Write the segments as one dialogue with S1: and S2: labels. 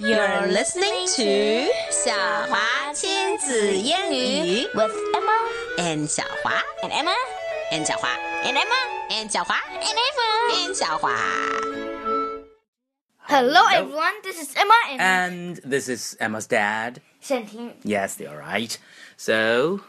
S1: You're listening to 小华亲子英语
S2: with Emma
S1: and 小华
S2: and Emma
S1: and 小华
S2: and Emma
S1: and 小华
S2: and Emma.
S1: and 小华。
S2: Hello everyone, this is Emma and
S3: And this is Emma's dad.
S2: 沈婷。
S3: Yes, they are right. So，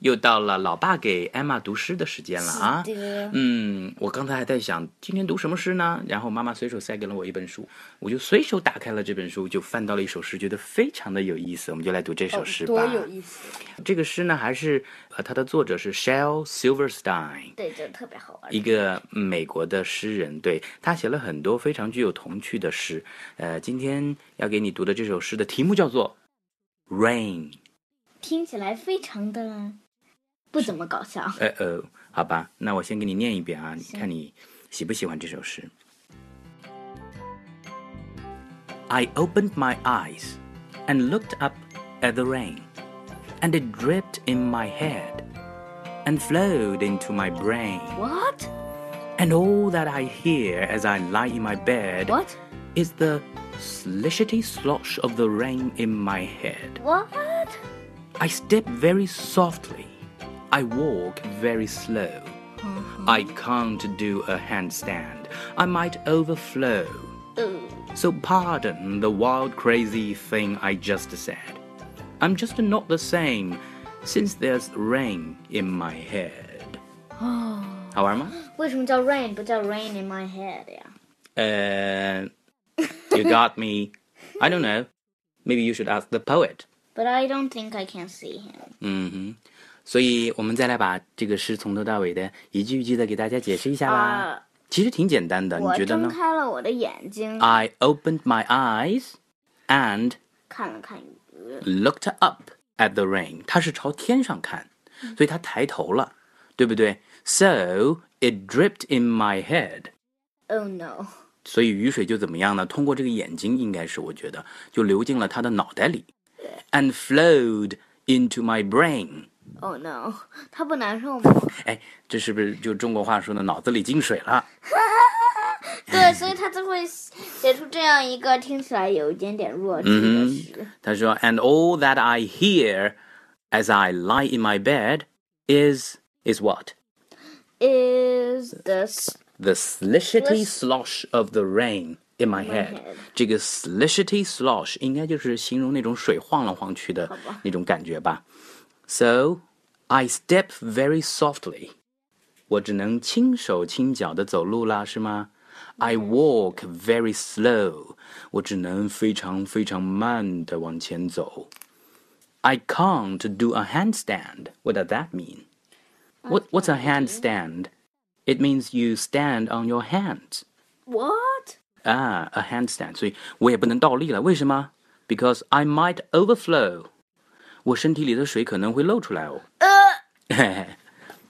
S3: 又到了老爸给 Emma 读诗的时间了啊。
S2: 的
S3: 嗯，我刚才还在想今天读什么诗呢，然后妈妈随手塞给了我一本书，我就随手打开了这本书，就翻到了一首诗，觉得非常的有意思，我们就来读这首诗
S2: 多
S3: 吧。
S2: 有意思！
S3: 这个诗呢，还是呃，它的作者是 Shel Silverstein。
S2: 对，真的特别好玩。
S3: 一个美国的诗人，对他写了很多非常具有童趣的诗。呃，今天要给你读的这首诗的题目叫做《Rain》。
S2: 听起来非常的不怎么搞笑。
S3: 呃呃，好吧，那我先给你念一遍啊，你
S2: 行
S3: 看你喜不喜欢这首诗。I opened my eyes and looked up at the rain, and it dripped in my head and flowed into my brain.
S2: What?
S3: And all that I hear as I lie in my bed
S2: What?
S3: is the slishety slosh of the rain in my head.
S2: What?
S3: I step very softly. I walk very slow. I can't do a handstand. I might overflow. So pardon the wild, crazy thing I just said. I'm just not the same since there's rain in my head. 好玩吗？
S2: 为什么叫 rain 不叫 rain in my head 呀？
S3: Uh, you got me. I don't know. Maybe you should ask the poet.
S2: But I don't think I can see him.
S3: 嗯哼，所以我们再来把这个诗从头到尾的一句一句的给大家解释一下啦。
S2: 啊
S3: 其实挺简单的，你
S2: 我
S3: 觉得
S2: 睁
S3: 呢
S2: 开了我的眼睛，
S3: ？I opened my eyes and
S2: 看了看鱼。
S3: looked up at the rain。它是朝天上看，所以它抬头了，对不对？So it dripped in my head。
S2: Oh no！
S3: 所以雨水就怎么样呢？通过这个眼睛，应该是我觉得就流进了他的脑袋里，and flowed into my brain。
S2: Oh no，他不难受吗？
S3: 哎，这是不是就中国话说的脑子里进水了？
S2: 对，所以他就会写出这样一个听起来有一点点弱智的诗。
S3: 他说，and all that I hear as I lie in my bed is is what
S2: Is this
S3: the slishety slosh of the rain in my head
S2: head。
S3: 这个 slishety slosh 应该就是形容那种水晃来晃去的
S2: 吧
S3: 那种感觉吧。So I step very softly，我只能轻手轻脚的走路啦，是吗？I walk very slow，我只能非常非常慢的往前走。I can't do a handstand. What does that mean? What what's a handstand? It means you stand on your hands.
S2: what？
S3: 啊，a handstand，所以我也不能倒立了。为什么？Because I might overflow，我身体里的水可能会漏出来哦。呃，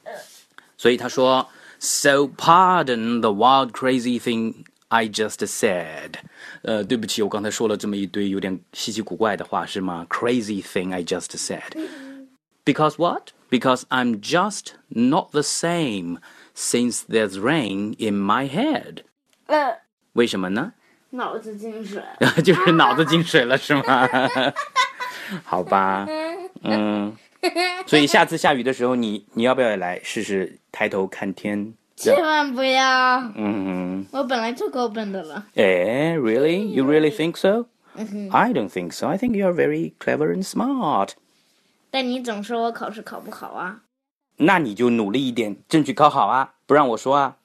S3: 所以他说，So pardon the wild crazy thing I just said。呃，对不起，我刚才说了这么一堆有点稀奇古怪的话，是吗？Crazy thing I just said。Because what? Because I'm just not the same since there's rain in my head。
S2: 呃，
S3: 为什么呢？
S2: 脑子进水。
S3: 就是脑子进水了是吗？ 好吧，嗯，所以下次下雨的时候，你你要不要也来试试抬头看天？
S2: 千万不要！
S3: 嗯，
S2: 我本来就够笨的了。
S3: 哎，really? You really think so? I don't think so. I think you're very clever and smart.
S2: 但你总说我考试考不好啊，
S3: 那你就努力一点，争取考好啊，不让我说啊。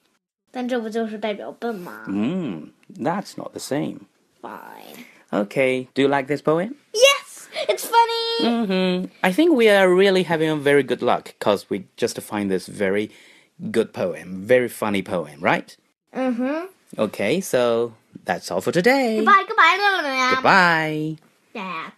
S2: 但这不就是代表笨吗
S3: 嗯，That's not the same.
S2: ？Fine.
S3: Okay, do you like this poem?
S2: Yes, it's funny.
S3: Mm-hmm. I think we are really having a very good luck because we just find this very good poem, very funny poem, right?
S2: 嗯哼
S3: Okay, so that's all for today.
S2: ，Bye, goodbye, 亮亮呀
S3: Goodbye.
S2: Yeah.